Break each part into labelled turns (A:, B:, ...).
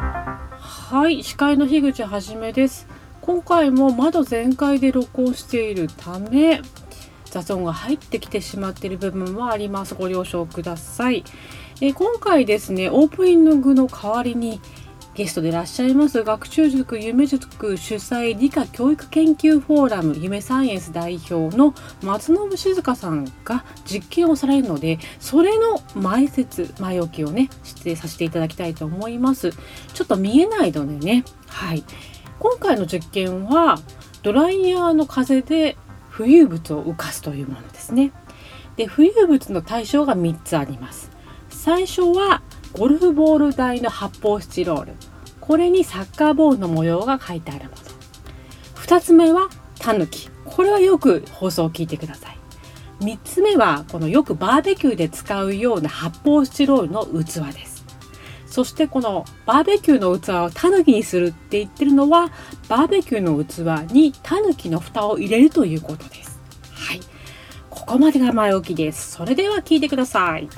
A: はい、司会の樋口はじめです。今回も窓全開で録音しているため、雑音が入ってきてしまっている部分はあります。ご了承ください。えー今回ですね、オープニングの代わりにゲストでいらっしゃいます学習塾夢塾主催理科教育研究フォーラム夢サイエンス代表の松信静香さんが実験をされるのでそれの前説前置きをねしてさせていただきたいと思いますちょっと見えないのでねはい今回の実験はドライヤーの風で浮遊物を浮かすというものですねで浮遊物の対象が3つあります最初はゴルフボール台の発泡スチロールこれにサッカーボールの模様が書いてあるもの2つ目はタヌキこれはよく放送を聞いてください3つ目はこのよくバーベキューで使うような発泡スチロールの器ですそしてこのバーベキューの器をタヌキにするって言ってるのはバーベキューの器にタヌキの蓋を入れるということですはいここまでが前置きですそれでは聞いてください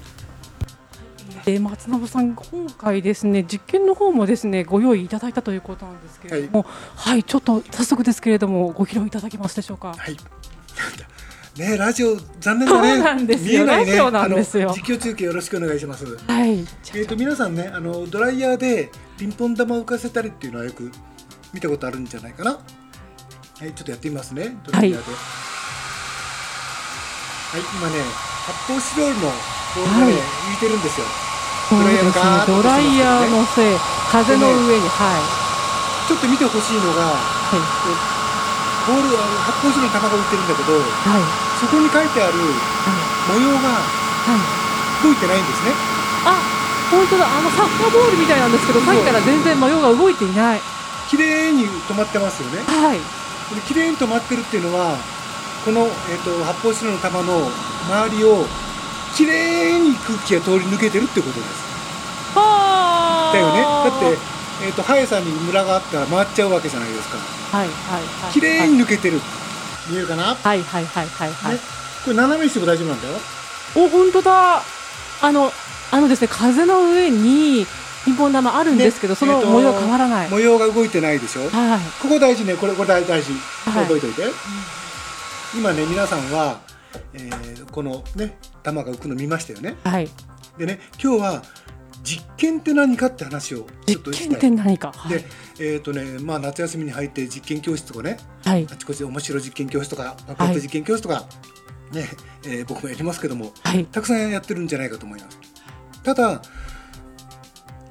A: で松信さん今回ですね実験の方もですねご用意いただいたということなんですけ
B: れど
A: もはい、ちょっと早速ですけれどもご披露いただけますでしょうか
B: はい。なんだ。ねラジオ残念だね。
A: そうなんですよ
B: 見えないね。
A: ラジオなんですよ
B: あの実況中継よろしくお願いします。
A: はい
B: えっ、と皆さんねあのドライヤーでピンポン玉を浮かせたりっていうのはよく見たことあるんじゃないかな。はいちょっとやってみますねドライヤーで。はい、今ね発泡スチロールのボールが
A: は
B: ね、
A: い
B: 浮いてるんですよ。
A: そうですね
B: ドライヤーのガーッと
A: ドライヤーのせい、風の上に、は
B: ちょっと見てほしいのが
A: い、は
B: ボールあの発泡スチロールの玉が浮いてるんだけど
A: い、はい、
B: そこに書いてある
A: は
B: 模様が
A: い、はい。
B: 動いてないんですね。
A: あ、本当だ、あのサッカーボールみたいなんですけど、さっきから全然模様が動いていない。
B: 綺麗に止まってますよね。
A: はい、
B: これ綺麗に止まってるっていうのはこの、えー、と発泡スチロールの玉の周りを綺麗に空気が通り抜けてるってことです
A: はあ。
B: だよねだって、えー、と速さにムラがあったら回っちゃうわけじゃないですか
A: はい、はい、はい。
B: 綺麗に抜けてる、見えるかな、
A: はい、はい、はい、はい、はい
B: ね。これ斜めにしても大丈夫なんだよ
A: お、本当だ。あの、あのですね、風の上にピンポン玉あるんですけど、
B: ね
A: その
B: えーと
A: 模様変わらない。は
B: 模様が動いてないでしょ
A: い。
B: ここ大事ねこれこれ大大事、
A: はい
B: 覚えておいて、今ね皆さんは、えーこのね玉が浮くの見ましたよね
A: はい。
B: でね今日は実験って何かって話をちょっと
A: 実
B: し
A: 験
B: た
A: っ
B: い
A: て何か。はい
B: で、えっ、とね、まあ夏休みに入って実験教室とかね、
A: はい。
B: あちこちで面白い実験教室とか、パパッと実験教室とか、ね、えー僕もやりますけども、
A: はい。
B: たくさんやってるんじゃないかと思います。ただ、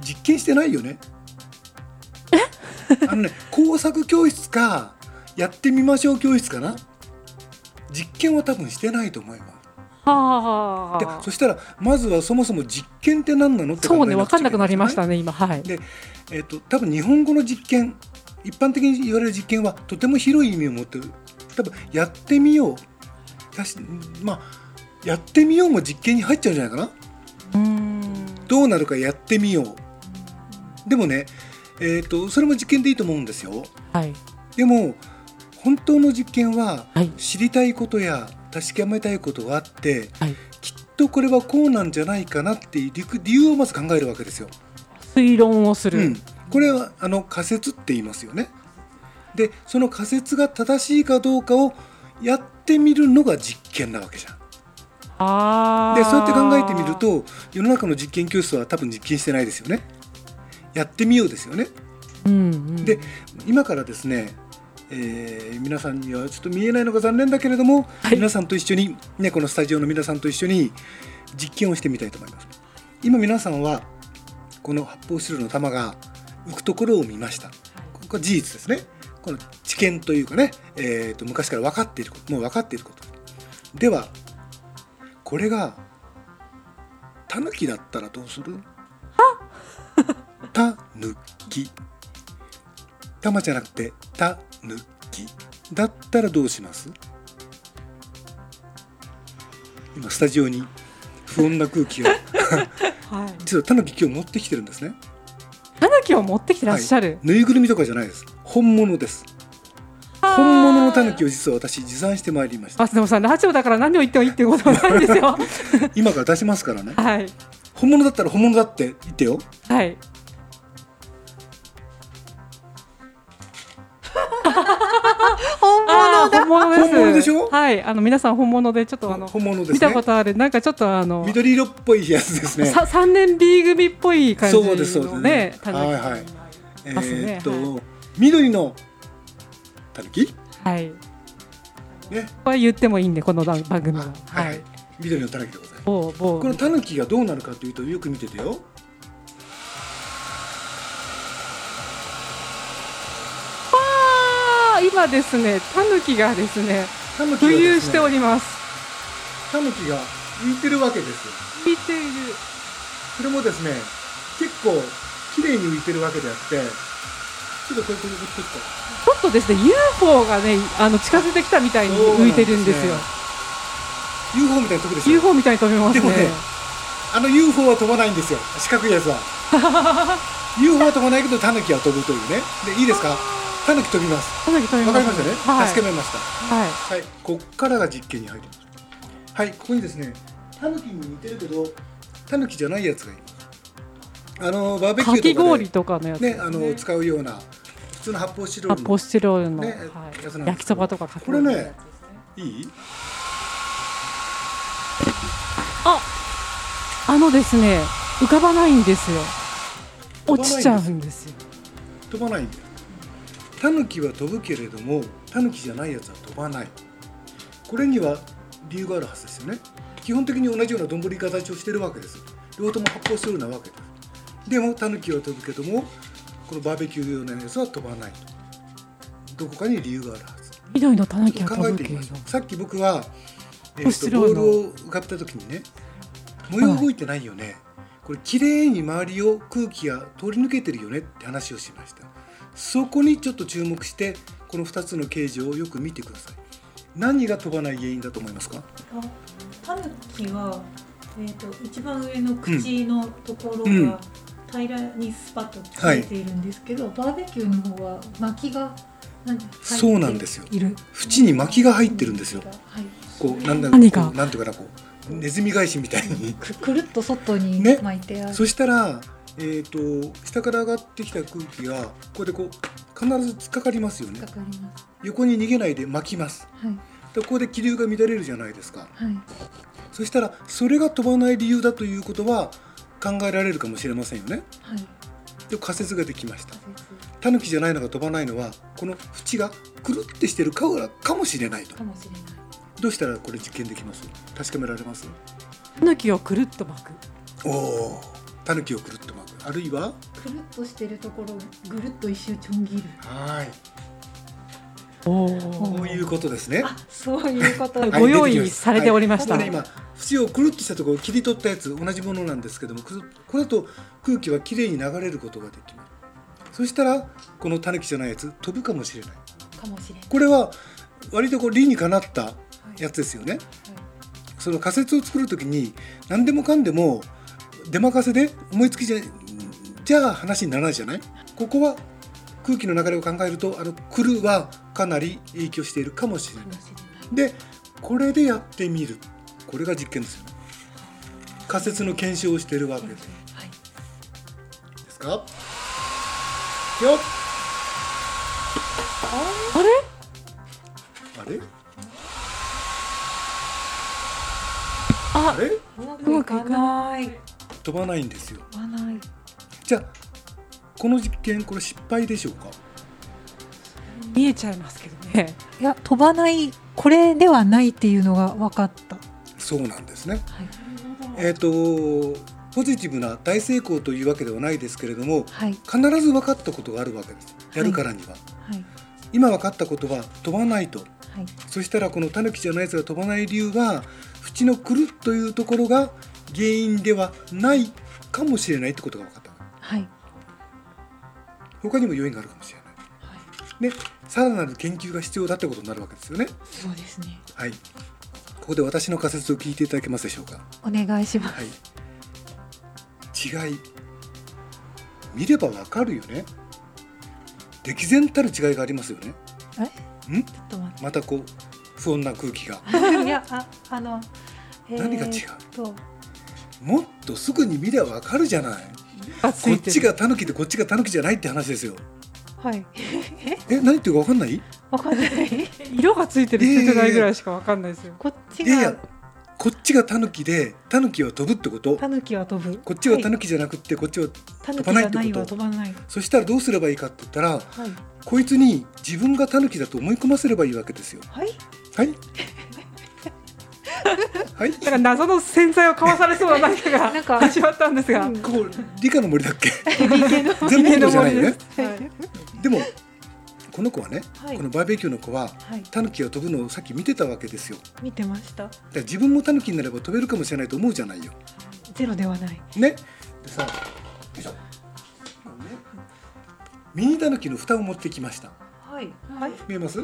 B: 実験してないよね。 あのね、工作教室か、やってみましょう教室かな。実験は多分してないと思います。
A: は
B: で
A: あ
B: そ。したらまずはそもそも実験って何なのって考え
A: そうね、
B: くちゃいけい
A: 分かんなくなりましたね、今、はい。
B: で、えっと多分日本語の実験一般的に言われる実験はとても広い意味を持ってる多分やってみようたしまあやってみようも実験に入っちゃうんじゃないかな
A: うーん。
B: どうなるかやってみようでもね、えっとそれも実験でいいと思うんですよ
A: はい。
B: でも本当の実験は
A: はい
B: 知りたいことや確かめたいことがあって
A: はい。
B: きっとこれはこうなんじゃないかなっていう理理由をまず考えるわけですよ。
A: 推論をする。
B: うん、これはあの仮説って言いますよね。でその仮説が正しいかどうかをやってみるのが実験なわけじゃん。
A: ああ。
B: でそうやって考えてみる。と世の中の実験教室は多分実験してないですよね。やってみようですよね。
A: うん、うん。
B: で今からですね、えー皆さんにはちょっと見えないのが残念だけれども、
A: はい
B: 皆さんと一緒に、ね、このスタジオの皆さんと一緒に実験をしてみたいと思います。今皆さんはこの発泡スチロールの玉が浮くところを見ました。ここは事実ですね。この知見というかね、えー、と昔から分かっていること、もう分かっていること。では、これがタヌキだったらどうする？タヌキ。玉じゃなくてタヌキだったらどうします？今スタジオに不穏な空 気を。
A: はい。
B: 実はタヌキ今日持ってきてるんですね。
A: タヌキを持ってきてらっしゃる。
B: ぬいぐるみとかじゃないです。本物です。
A: はー
B: 本物のタヌキを実は私持参してまいりました。
A: 松野さん、ラジオだから何を言ってもいいってことはないんです よ。
B: 今から出しますからね。
A: はい。
B: 本物だったら本物だって言ってよ。
A: はい。
B: 物だ
C: 本物です。
B: 本物でしょ
C: はい、あの皆さん本物でちょっとあの、
B: 本物ですね
C: 見たことあるなんかちょっとあの、
B: 緑色っぽいやつですね。
C: さ三年 B 組っぽい感じの
B: そうですそうです
C: ね、たぬき
B: はいはい。え
C: ますね
B: ーっと、
C: は
B: 緑のたぬき
C: はい。
B: ね。
C: これ言ってもいいんでこの番番組は。
B: はい、はい。緑のたぬきでございます。
C: 某某
B: このタヌキがどうなるかというとよく見ててよ
C: あー今ですね、タヌキがですね、
B: タヌキが
C: 浮
B: で
C: 遊
B: す
C: し
B: ね
C: ております。
B: タヌキが浮いてるわけですよ
C: 見ている。
B: それもですね結構綺麗に浮いてるわけであってちょっとこれこれこれちょっと
C: ちょっとですね、UFO がね、あの近づいてきたみたいに浮いてるんですよ。
B: UFO みたいなとこでしょ
C: UFO みたいに飛びます
B: でもね
C: ね。
B: あの UFO は飛ばないんですよ四角いやつは UFO は飛ばないけどタヌキは飛ぶというねでいいですかタヌキ飛びます
C: タヌキ飛び
B: わ
C: ます。
B: かりましたね、
C: はい。
B: 助けめました
C: はい。
B: はい、こっからが実験に入ります。はい、ここにですね、タヌキに似てるけど、タヌキじゃないやつがいます。あのバーベキュ
C: かき
B: ーとかで
C: 氷とかのやつ
B: ね
C: で、す
B: あの、使うような普通の発泡スチロール
C: 発
B: の
C: 泡スチロールの、
B: ね
C: はい
B: やつなんですけど
C: 焼きそばとかかき
B: これ
C: 氷
B: ね、いい？
C: あのですね浮かばないんですよ
B: 浮
C: 落
B: かばないんですよ
C: ちちゃうんですよ
B: 飛ばないんだよ。タヌキは飛ぶけれども、タヌキじゃないやつは飛ばない。これには理由があるはずですよね。基本的に同じようなどんぶり形をしてるわけです。両方とも発泡スチロールなわけです。でもタヌキは飛ぶけども、このバーベキュー用のやつは飛ばないと。どこかに理由があるはず。
C: 緑のたぬきは
B: 考
C: 飛
B: え
C: ぶ
B: て
C: け
B: みま
C: れど
B: しょうさっき僕は、えーと
C: 後ろの
B: ボールを浮かべた時にね模様動いてないよね、これ綺麗に周りを空気が通り抜けてるよねって話をしましたそこにちょっと注目してこの2つの形状をよく見てください何が飛ばない原因だと思いますか
D: タヌキは、えー、と一番上の口のところ
B: うん
D: が平らにスパッとついているんですけど、バーベキューの方は薪がなんか入って
B: そうなんですよ
C: いる
B: 縁に薪が入ってるんですよ
D: はい、
B: こうなんだ
C: 何か
B: こうなんていうかなこうネズミ返しみたいに
D: くくるっと外に
B: ね
D: 巻いてある、
B: そしたら、えー、と下から上がってきた空気がここでこう必ず突っかかりますよね
D: かかります
B: 横に逃げないで巻きます
D: はい
B: でここで気流が乱れるじゃないですか
D: はい
B: そしたらそれが飛ばない理由だということは考えられるかもしれませんよね
D: はい
B: で仮説ができました
D: 仮説
B: タヌキじゃないのが飛ばないのはこの縁がくるってしてるからかもしれないと
D: かもしれない
B: どうしたらこれ実験できます確かめられます
C: たぬきをくるっと巻く
B: おおタヌキをくるっと巻くあるいは
D: くるっとしてるところをぐるっと一周ちょん切る
B: はい
C: お
B: こういうことですね
D: あそういうこと
B: はい
C: ご用意されておりました
B: はいここね今縁をくるっとしたところを切り取ったやつ同じものなんですけどもくるこれだと空気はきれいに流れることができますそしたらこのタヌキじゃないやつ飛ぶかもしれない
D: かもしれない
B: これは割とこう理にかなった やつですよね
D: はい
B: その仮説を作るときに何でもかんでも出任せで思いつきじゃじゃあ話にならないじゃないここは空気の流れを考えるとあの「来る」はかなり影響しているかもしれない
D: かもしれない
B: でこれでやってみるこれが実験ですよね仮説の検証をしているわけで
D: はい
B: すかよっ
C: あれ
B: あれ
C: あ
B: あれ
D: うまくいかない。
B: 飛ばないんですよ
D: 飛ばない。
B: じゃあこの実験これ失敗でしょうか
C: 見えちゃいますけどね
D: いや飛ばないこれではないっていうのが分かった。
B: そうなんですね
D: はい
B: えっ、とポジティブな大成功というわけではないですけれども
D: はい
B: 必ず分かったことがあるわけですやるからには、
D: はい
B: 今分かったことは飛ばないと
D: はい
B: そしたらこのタヌキじゃないやつが飛ばない理由は縁のくるっというところが原因ではないかもしれないってことが分かった
D: はい
B: 他にも要因があるかもしれないでさらなる研究が必要だってことになるわけですよね
D: そうですね。
B: はいここで私の仮説を聞いていただけますでしょうか
D: お願いします。
B: はい違い見れば分かるよね歴然たる違いがありますよね
D: あれち
B: ん
D: ょっと待
B: またこう不穏な空気が
D: って。いや ああの、え
B: 何が違う
D: と
B: もっとすぐに見りゃ分かるじゃない
C: あつ
B: こっ
C: いて
B: ち
C: る
B: がタヌキでこっちがタヌキじゃないって話ですよ。
D: はい
B: え、何言ってるか分かんない？
C: わかんない。色がついてるついてないぐらいしかわかんないですよ。
E: こっち
B: いやいや
E: が
B: こっちがタヌキでタヌキは飛ぶってこと
E: タヌキは飛ぶ。
B: こっちはタヌキじゃなくってこっちは
E: タヌ
B: ば
E: キ
B: な
E: じ
B: いっ
E: ゃ
B: てこと
E: ないは飛ばない。
B: そしたらどうすればいいかって言ったら
E: はい。
B: こいつに自分がタヌキだと思い込ませればいいわけですよ
E: はい。
B: はいはい
C: だから謎の洗剤をかわされそうな何かが
E: なんか
C: 始まったんですが、
E: うん
B: ここ理科の森だっけ
E: DK の
B: 全部のことじゃないよね
E: はい
B: でもこの子はね、
E: はい
B: このバーベキューの子は
E: はい。
B: タヌキが飛ぶのをさっき見てたわけですよだか
E: 見てました。
B: ら自分もタヌキになれば飛べるかもしれないと思うじゃないよ
E: ゼロではない。
B: ねでさよいしょねミニタヌキの蓋を持ってきました
E: はい。
D: はい
B: 見えます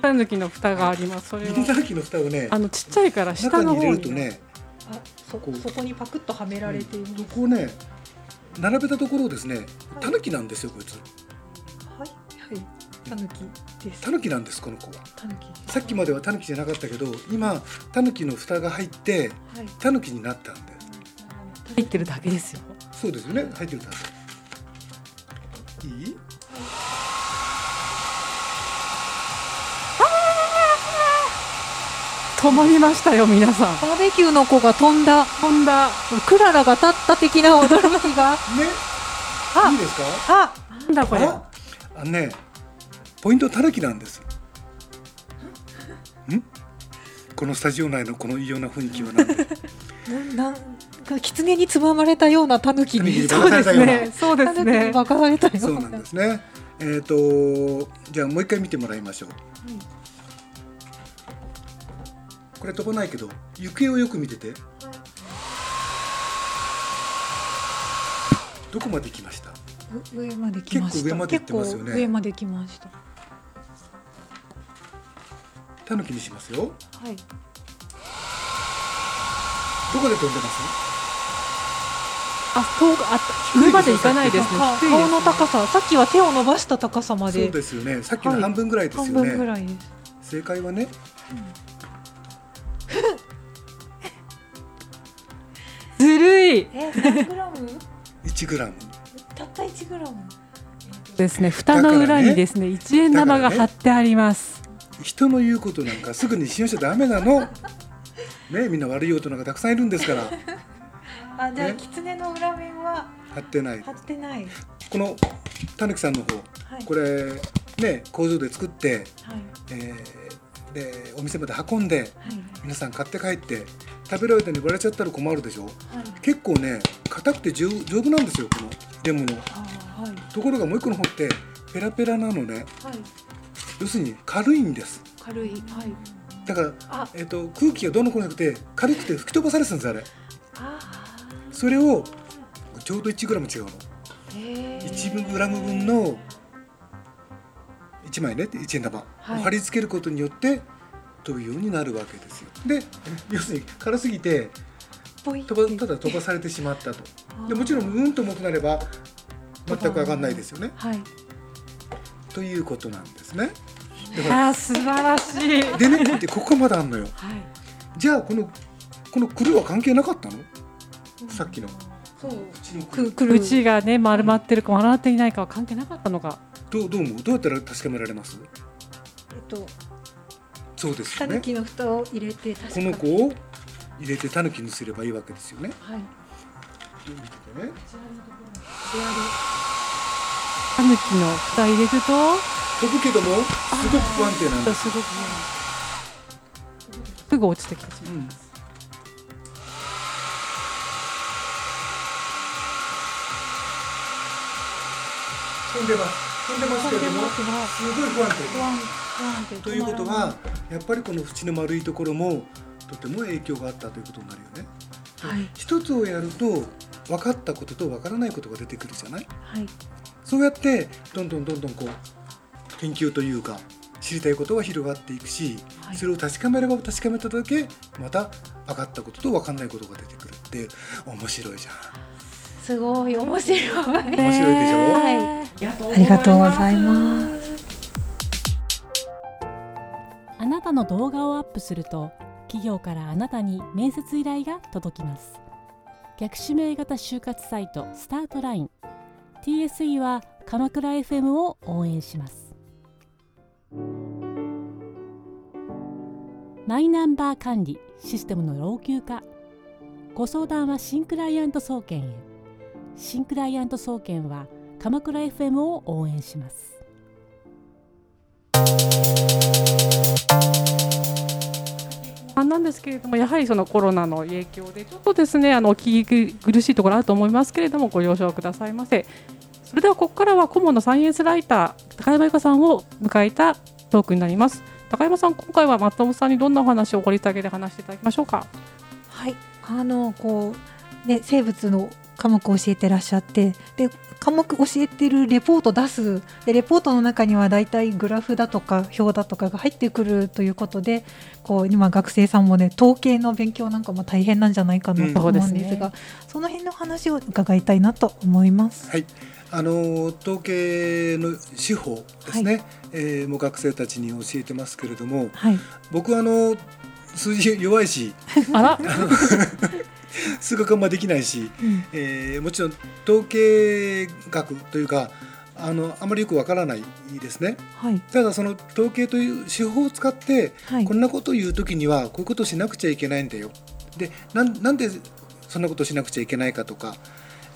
C: タヌキの蓋があります。それ
B: ミ
C: を
B: ニタヌキの蓋をね
C: あのちっちゃいから下
B: 中
C: の
B: に入
C: 方
B: れ
C: に
B: るとね
E: あ、そ
B: こう
E: そこにパクッとはめられています。
B: こうね並べたところをですねタヌキなんですよこいつ
E: はい。はい。タヌキです。
B: タヌキなんですこの子は
E: タヌキ。
B: さっきまではタヌキじゃなかったけど今タヌキの蓋が入って
E: はい。
B: タヌキになったんで
C: 入ってるだけですよ。
B: そうですよね入ってるタヌキいい
C: 止まりましたよ皆さん。
E: バーベキューの子が飛んだ、
C: 飛んだ
E: クララが立った的な驚きが。
B: ね
E: あ
B: いいですか
E: あ、
C: なんだこれ。
B: ああのねポイントはタヌキなんですんこのスタジオ内のこの異様な雰囲気は何だ
E: なん、なん、狐につままれたようなタヌキ
B: タヌキ
E: に
B: に。
C: そうですね。そうで
E: タ
C: す
E: ヌキに
C: ね。
E: 化かれたような。
B: そうなんですねえっ、とじゃあもう一回見てもらいましょう、これ飛ばないけど行方をよく見てて、どこまで来ました
E: う上まで来ました。
B: 結構上まで行ってますよね
E: 結構上まで来ました。
B: タヌキにしますよ
E: はい。
B: どこで飛んでます
C: あ、遠くあ上まで行かないですね。
E: か
C: 低いです
E: 顔の高さ、さっきは手を伸ばした高さま
B: そう
E: で
B: ですよねさっきの
E: はい
B: 半分ぐらいですよ
E: 半
B: ね、
E: 分ぐらいです。
B: 正解はね
C: ずるい
D: え何グラム
B: 1グラム
D: たった1グラム
C: ですね。蓋の裏にですね、一円玉が貼ってあります。
B: 人の言うことなんかすぐに信用しちゃダメなのねみんな悪い大人がたくさんいるんですから
D: あじゃあ、
B: ね
D: 狐の裏面は
B: 貼ってない
D: 貼ってない
B: このたぬきさんの方、
D: はい
B: これね工場で作って、
D: はい
B: えーでお店まで運んで
D: はい
B: 皆さん買って帰って食べる間に割れちゃったら困るでしょ
D: はい
B: 結構ね硬くて丈丈夫なんですよこのレモンの
D: あはい
B: ところがもう一個の方ってペラペラなのね
D: はい
B: 要するに軽いんです
D: 軽いはい
B: だから
D: あ、
B: えっと空気がどんどん来なくて軽くて吹き飛ばされてたんですあれ
D: あ
B: それをちょうど 1g 違うの
D: ええ
B: 1g 分の1枚ね1円玉を
D: はい
B: 貼り付けることによって飛ぶようになるわけですよ。で要するに軽すぎて
E: ポイって
B: 飛ばただ飛ばされてしまったと。でもちろんうんと重くなれば全く上がんないですよね。
E: はい。
B: ということなんですね。でほら
C: あー、素晴らしい。
B: でねでここがまだあんのよ。
E: はい。
B: じゃあこのこのクルーは関係なかったのさっきの。
D: そう
B: うちのクル
E: く
B: ー
E: くる
C: うちがね丸まってるか丸まっていないかは関係なかったのか。
B: どうどう思うどうやったら確かめられます
D: えっと
B: そうです
E: タ
B: よね
E: ヌ。キの蓋を入れて確か
B: この子を入れてタヌキにすればいいわけですよね。
E: はい。
B: 見ててね
C: タヌキの蓋入れると
B: 飛ぶけどもすごく不安定なんです。
C: すごくすぐ落ちてきてしまう。
B: うん飛んでます。飛んでますけれども、すごい不安
D: 不安不安定
B: 定。ということは、やっぱりこの縁の丸いところもとても影響があったということになるよね。
E: はい。
B: 一つをやると分かったことと分からないことが出てくるじゃない。
E: はい。
B: そうやってどんどんどんどんこう研究というか知りたいことが広がっていくし、
E: はい
B: それを確かめれば確かめただけまた分かったことと分かんないことが出てくるって面白いじゃ
E: すごい面白い。
B: ん面白いでしょ、
D: ありがとうございます
F: あなたの動画をアップすると企業からあなたに面接依頼が届きます逆指名型就活サイトスタートライン TSE は鎌倉 FM を応援しますマイナンバー管理システムの老朽化ご相談は新クライアント総研へ新クライアント総研は鎌倉 FM を応援します
C: あなんですけれども、やはりそのコロナの影響で、ちょっとですね、あのお聞き苦しいところあると思いますけれども、ご了承くださいませ。それではここからは顧問のサイエンスライター高山由香さんを迎えたトークになります。高山さん、今回は松本さんにどんなお話を掘り下げて話していただきましょうか。
E: はい、あのこうね生物の科目を教えてらっしゃってで科目教えてるレポート出すでレポートの中にはだいたいグラフだとか表だとかが入ってくるということでこう今学生さんもね統計の勉強なんかも大変なんじゃないかなと思うんですが、
C: うんそうですね
E: その辺の話を伺いたいなと思います。
B: はい、あの統計の手法ですね、えーもう学生たちに教えてますけれども
E: はい、
B: 僕はあの数字弱いし
C: あら、
B: 数学あんまできないし、
E: うん
B: えーもちろん統計学というかあのあまりよくわからないですね
E: はい、
B: ただその統計という手法を使って
E: はい
B: こ、んなことを言う時にはこういうことをしなくちゃいけないんだよでなんなんでそんなことをしなくちゃいけないかとか、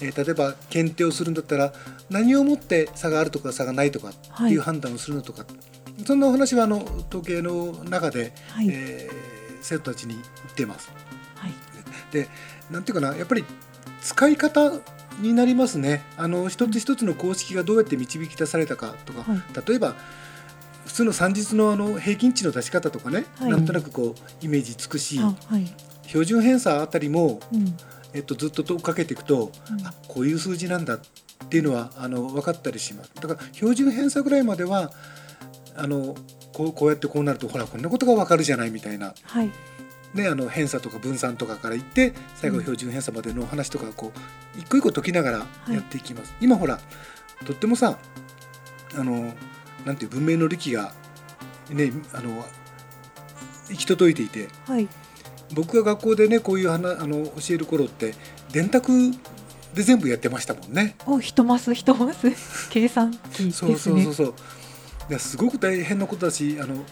B: えー例えば検定をするんだったら何をもって差があるとか差がないとかって
E: はいいう
B: 判断をするのとか、そんなお話はあの統計の中で、
E: はい、
B: えー生徒たちに言っています。
E: はい、
B: なんていうかなやっぱり使い方になりますねあの一つ一つの公式がどうやって導き出されたかとか、
E: はい
B: 例えば普通の算日のあの平均値の出し方とかね、
E: はい
B: なんとなくこうイメージつくし
E: あ、はい、
B: 標準偏差あたりも、
E: うん、
B: えっと、ずっと追っかけていくと、
E: うん
B: あこういう数字なんだっていうのはあの分かったりしますだから標準偏差ぐらいまではあのこうこうやってこうなるとほらこんなことが分かるじゃないみたいな
E: はい、
B: ね、あの偏差とか分散とかからいって最後標準偏差までのお話とかこう一個一個解きながら
E: い
B: やっていきます、今ほらとってもさあのなんていう文明の利器がねあの行き届いていて
E: はい、
B: 僕が学校でねこういう話あの教える頃って電卓で全部やってましたもんね。
E: お、一マス一マス計算機です
B: そう
E: ね。
B: そうそうそうですごく大変なことだしあの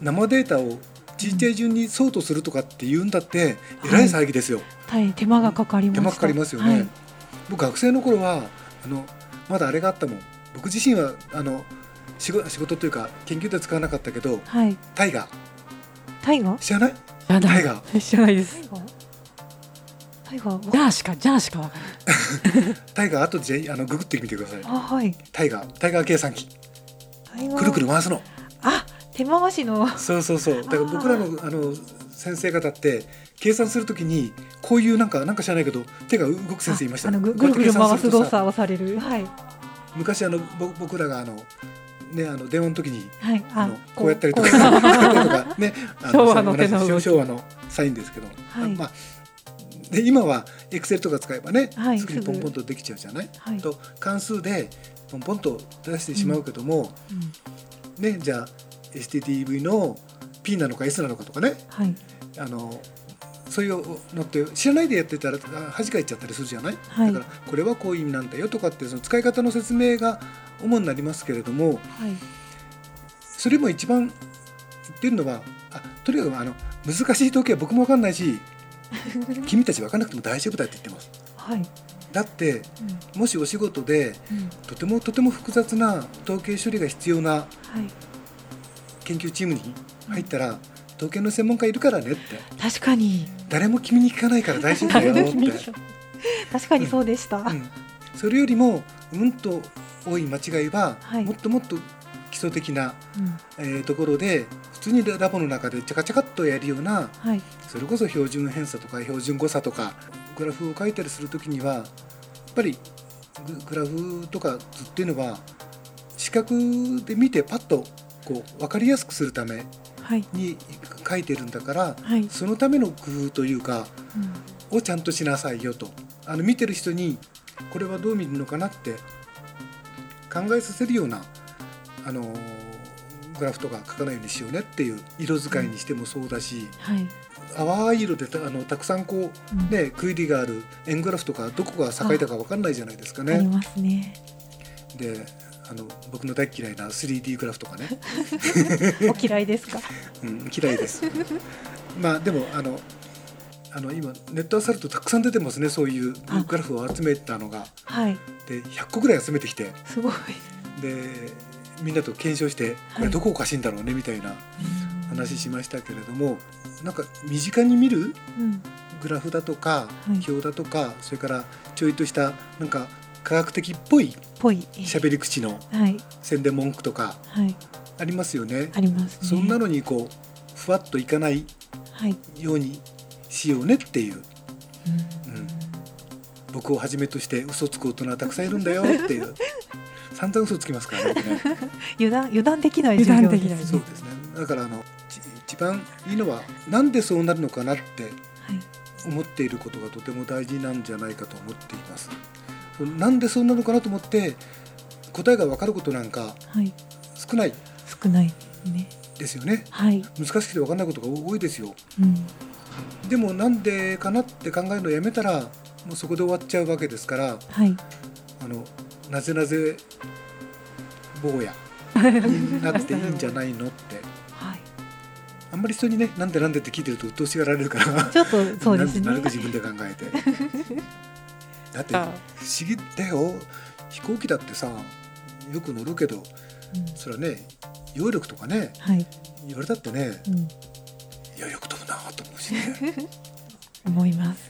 B: 生データをちっちゃい順にソートするとかって言うんだって、
E: うん
B: えらい騒ぎですよ。
E: 大変手間がかかりまし
B: 手
E: た。
B: 間かかりますよね、
E: はい
B: 僕学生の頃はあのまだあれがあったもん僕自身はあの仕事仕事というか研究では使わなかったけど
E: はい。
B: タイガー
E: タイガー？
B: 知らない
C: や
B: タイガー
C: 知らないです
E: タ。イガー？タイガー？
C: じゃあしか、じゃあしかわからない。
B: タイガー後でぜあのググってみてください
E: あ、はい。
B: タイガータイガー計算機
E: タイガー
B: くるくる。回すの
E: あ、手回しの。
B: そうそうそうだから僕らのあの先生方って計算するときにこういうなんかなんか知らないけど手が動く先生いました
E: ああのぐぐるぐる回す動作をされる。はい。
B: 昔あのぼ僕らがあのねあの電話の時に
E: はい。
B: あのこうやったりと
E: こ
B: かこうや
E: う
B: ったりとか ねあ
C: 昭和の手の
B: そういう
C: 動
B: 話
C: き
B: 昭和のサインですけど、
E: はい
B: あまあで今はエクセルとか使えばね、
E: はい
B: すぐに
E: すぐ
B: ポンポンとできちゃうじゃない、
E: はい。
B: と関数でポンポンと出してしまうけども、ねじゃあ STDV の P なのか S なのかとかね
E: はい。
B: あのそういうのって知らないでやってたらあ恥かいちゃったりするじゃない、
E: はい
B: だからこれはこういう意味なんだよとかってその使い方の説明が主になりますけれども、
E: はい。
B: それも一番言ってるのはあとにかくあの難しい時は僕も分かんないし君たち分かんなくても大丈夫だって言ってます
E: はい。
B: だってもしお仕事で
E: うんうん
B: とてもとても複雑な統計処理が必要な
E: はい。
B: 研究チームに入ったら、統計の専門家いるからねって
E: 確かに。
B: 誰も君に聞かないから大丈夫だよ って、
E: 確かにそうでした。
B: うん、それよりもうんと多い間違いは、
E: はい
B: もっともっと基礎的な、
E: うん
B: えーところで普通にラボの中でチャカチャカっとやるような
E: はい。
B: それこそ標準偏差とか標準誤差とかグラフを書いたりするときにはやっぱりググラフとか図っていうのは視覚で見てパッとこう分かりやすくするため
E: はい。
B: に書いてるんだから
E: はい。うん
B: そのための工夫というかをちゃんとしなさいよとあの見てる人にこれはどう見るのかなって考えさせるようなあのグラフとか書かないようにしようねっていう色使いにしてもそうだし。
E: はい。
B: 淡い色でたあのたくさんこ
E: うん
B: う、ね、区切りがある円グラフとかどこが境だか分かんないじゃないですか
E: あり
B: ね。
E: ますね。
B: であの僕の大嫌いな 3D グラフとかね、
E: お嫌いですか
B: うん、嫌い です。まあでもあのあの今ネットアサルトたくさん出てますねそういう
E: あ
B: グラフを集めたのが
E: はい
B: で100個ぐらい集めてきて
E: すごい
B: でみんなと検証してこれどこおかしいんだろうねみたいな話しましたけれどもなんか身近に見る
E: うん
B: グラフだとか
E: い
B: 表だとかそれからちょいとしたなんか科学的っぽい
E: ぽい
B: 喋り口の
E: はい
B: 宣伝文句とか
E: はい
B: ありますよね。
E: ありますね
B: そんなのにこうふわっといかない
E: はい
B: ようにしようねっていう、
D: う
B: うん、僕をはじめとして嘘つく大人はたくさんいるんだよっていう散々嘘つきますからね僕ね。
E: 油断油断できない授業
C: 油断できない
E: です
B: そうですね。だからあのち一番いいのはなんでそうなるのかなって
E: はい
B: 思っていることがとても大事なんじゃないかと思っています。そのなんでそうなるのかなと思って答えがわかることなんか
E: はい
B: 少ない
E: 少ないね
B: ですよね。
E: はい
B: 難しくてわかんないことが多いですよ。
E: うん
B: でもなんでかなって考えるのをやめたらもうそこで終わっちゃうわけですから、
E: はい
B: あのなぜなぜ坊やになっていいんじゃないのって。
E: はい
B: あんまり人にねなんでなんでって聞いてると鬱陶しがられるから。
E: ちょっとそうですね
B: なるべく自分で考え てだって不
C: あ
B: 思議だよ飛行機だってさよく乗るけどそれはね揚力とかね
E: はい、
B: 言われたってね
E: うん、
B: 揚力飛ぶなと思うし ね
E: 思います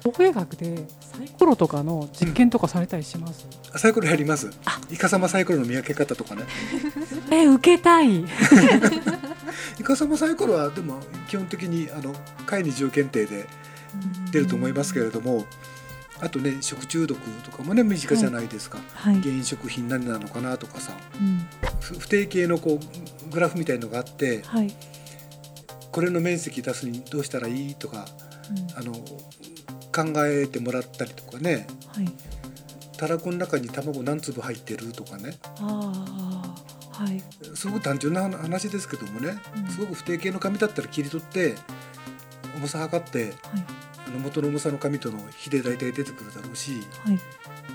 C: 統計学でサイコロとかの実験とかされたりします、
B: あサイコロやりますイカサマサイコロの見分け方とかね
C: え受けたい
B: イカサマサイコロはでも基本的にあの会に条検定で出ると思いますけれどもあとね食中毒とかもね身近じゃないですか、
E: はい、
B: 原因食品何なのかなとかさ
E: うん、
B: ふ不定形のこうグラフみたいのがあって
E: はい、
B: これの面積出すにどうしたらいいとかあの考えてもらったりとかね
E: はい
B: たらこの中に卵何粒入ってるとかね
E: ああはい
B: すごく単純な話話ですけどもね
E: うん
B: すごく不定形の紙だったら切り取って重さ測って
E: はい
B: あの元の重さの紙との比で大体出てくるだろうし
E: はい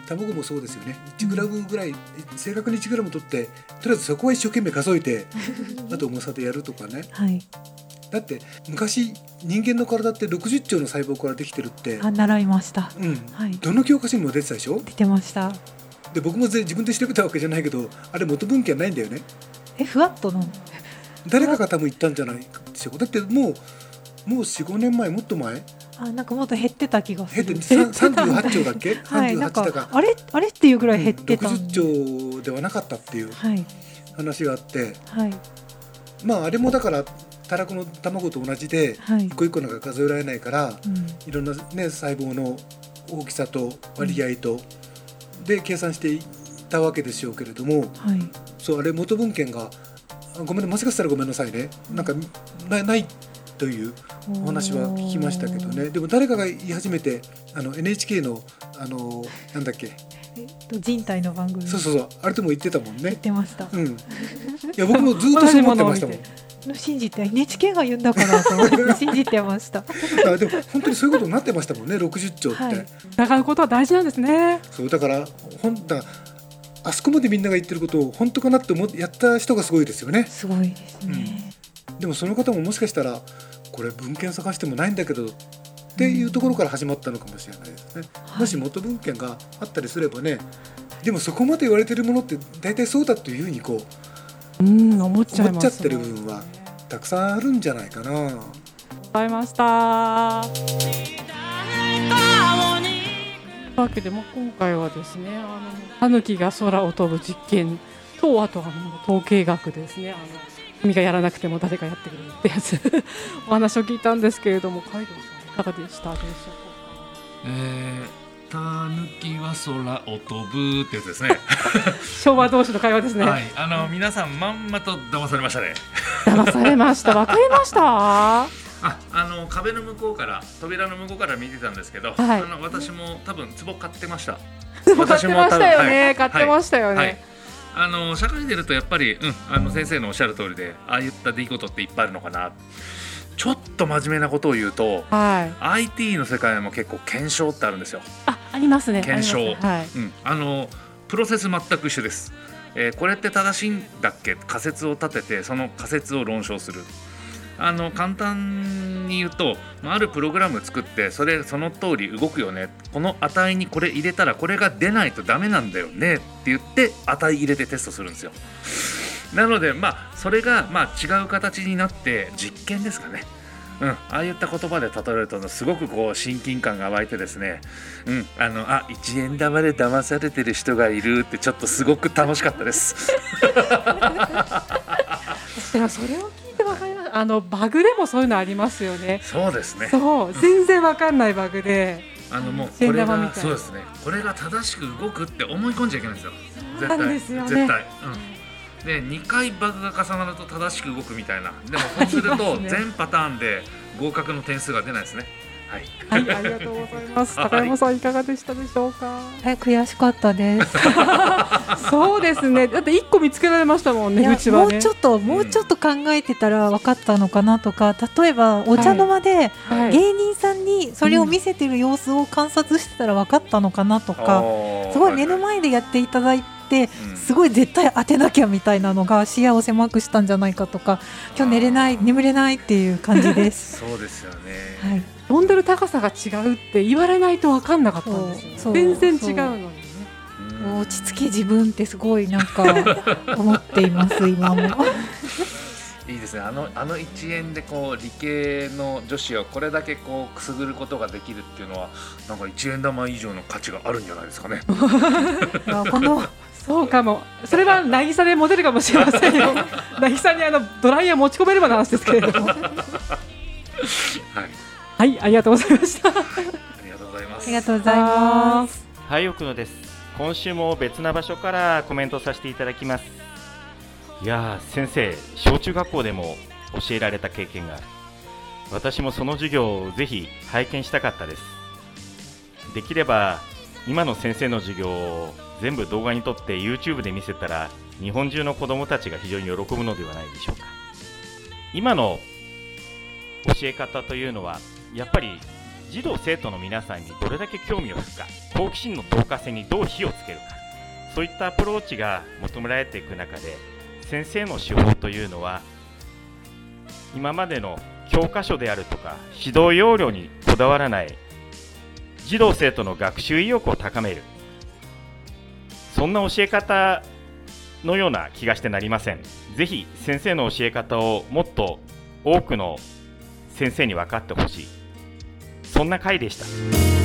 B: 卵もそうですよね 1g ぐらい、正確に 1g 取ってとりあえずそこは一生懸命数え てあと重さでやるとかね
E: はい
B: だって昔人間の体って60兆の細胞からできてるって、
E: あ習いました
B: うん、
E: はい
B: どの教科書にも出てたでしょ
E: 出てました
B: で僕もぜ自分で調べたわけじゃないけどあれ元文献ないんだよね
E: えふわっとの
B: 誰かが多分言ったんじゃないでしょうかだってもうもう45年前もっと前
E: あなんかもっと減ってた気がす
B: 減っ
E: る
B: てさん38兆だっけ、
E: はいなん
B: 38だ
E: か
B: か
E: あれあれっていうぐらい減ってた、
B: 60兆ではなかったっていう
E: はい
B: 話があって
E: はい
B: まああれもだからたらこの卵と同じで
E: はい
B: 一個一個なんか数えられないから
E: うん
B: いろんな、ね、細胞の大きさと割合と、で計算していたわけでしょうけれども
E: はい
B: そうあれ元文献があごめんねもしかしたらごめんなさいねなんかないないというお話は聞きましたけどねでも誰かが言い始めてあの NHK のあのなんだっけ
E: おーえっと人体の番組
B: そうそうそうあれとも言ってたもん
E: 言
B: ね
E: っ。てました
B: うん、いや僕もずっとそう思ってましたもん
C: 同じものを見て
E: 信じて NHK が言うんだからと 思って信じてました
B: あでも本当にそういうことになってましたもんね60兆って、
E: はい
C: 疑うことは大事なんですね
B: そうだからほんだあそこまでみんなが言ってることを本当かなって思ってやった人がすごいですよね
E: すごいですね、
B: でもその方ももしかしたらこれ文献探してもないんだけどっていうところから始まったのかもしれないですね、
E: はい
B: もし元文献があったりすればねでもそこまで言われてるものって大体そうだというふうにこう
C: うん思っちゃい
B: 思っ
C: ま
B: ち
C: す
B: ゃってる部分はたくさんあるんじゃないかな
C: ございました。というわけで、まあ、今回はですね、あの、タヌキが空を飛ぶ実験と、あとはもう統計学ですね、あの、君がやらなくても誰かやってくれるってやつ、 お話を聞いたんですけれども、カイドウさん、いかがでしたでしょ
G: えー、たぬきは空を飛ぶってやつですね。
C: うか昭和同士の会話ですね。
G: はい、あの皆さんまんまと騙されましたね。
C: 騙されま した。わかりました。は
G: あ、あの壁の向こうから扉の向こうから見てたんですけど、
C: はい
G: あの私も多分壺買ってました。
C: い 買ってましたよね。
G: 私
C: 買
G: も
C: っ
G: 多分
C: てましたよ
G: はい
C: ね。。
G: あの社会に出るとやっぱり、うん、あの先生のおっしゃる通りで、ああいった出来事っていっぱいあるのかな。ちょっと真面目なことを言うと、
C: はい。
G: IT の世界も結構検証ってあるんですよ。
C: あ、ありますね。
G: 検証
C: ありますねはい。
G: うん、あのプロセス全く一緒です、えーこれって正しいんだっけ仮説を立ててその仮説を論証するあの簡単に言うとまああるプログラム作ってそれその通り動くよねこの値にこれ入れたらこれが出ないとダメなんだよねって言って値入れてテストするんですよなのでまあそれがまあ違う形になって実験ですかねうん、ああいった言葉で例えるとすごくこう親近感が湧いてですね、うん、あのあ一円玉で騙されてる人がいるってちょっとすごく楽しかったです。
C: でもそれを聞いてわかります。あのバグでもそういうのありますよね。
G: そうですね。
C: そう、全然わかんないバグで。
G: あのもうこ
C: 千
G: れ
C: 玉み
G: が
C: たい
G: そうですね。これが正しく動くって思い込んじゃいけないんですよ。絶
C: そうなん
G: 対
C: ですよね
G: 絶対。うん。で2回バグが重なると正しく動くみたいな。でもそうす る
C: ありま
G: と
C: すね
G: 全パターンで合格の点数が出ないですね。はい。
C: はい、ありがとうございます。
G: はい
C: 高山さんいかがでしたでしょうか。
E: はい、悔しかっ たです。
C: そうですね。だって一個見つけられましたもん
E: い
C: ね。
E: や
C: うち
E: も
C: は
E: う
C: ね
E: ち。ょっと、もうちょっと考えてたら分かったのかなとか、例えばお茶の間で
C: は
E: 芸人さんにそれを見せてる様子を観察してたら分かったのかなとか、すごい目の前でやっていただいて、す
G: い
E: ごい絶対当てなきゃみたいなのが視野を狭くしたんじゃないかとか、今日寝れない、眠れないっていう感じで す。
G: そうですよね。
E: はい、
C: 飛んでる高さが違うって言われないとわかんなかったんですよ。
E: そう
C: 全然違
E: そう
C: うのにね。
G: うん
E: 落ち着け自分ってすごいなんか思っています今も。
G: いいですねあのあの一円でこう理系の女子をこれだけこうくすぐることができるっていうのはなんか一円玉以上の価値があるんじゃないですかね。
E: あこの
C: そうかも。それは渚でモデルかもしれませんよ。 渚にあのドライヤー持ち込めればの話ですけれども。
G: はい、
C: はい、ありがとうございました。
G: ありがとうございま
E: あ
G: す。
E: りがとうございます。
H: はい奥野です今週も別な場所からコメントさせていただきますいやー先生小中学校でも教えられた経験がある私もその授業をぜひ拝見したかったですできれば今の先生の授業を全部動画に撮って YouTube で見せたら日本中の子どもたちが非常に喜ぶのではないでしょうか今の教え方というのはやっぱり児童生徒の皆さんにどれだけ興味を引くか好奇心の導火線にどう火をつけるかそういったアプローチが求められていく中で先生の手法というのは今までの教科書であるとか指導要領にこだわらない児童生徒の学習意欲を高めるそんな教え方のような気がしてなりませんぜひ先生の教え方をもっと多くの先生に分かってほしいそんな回でした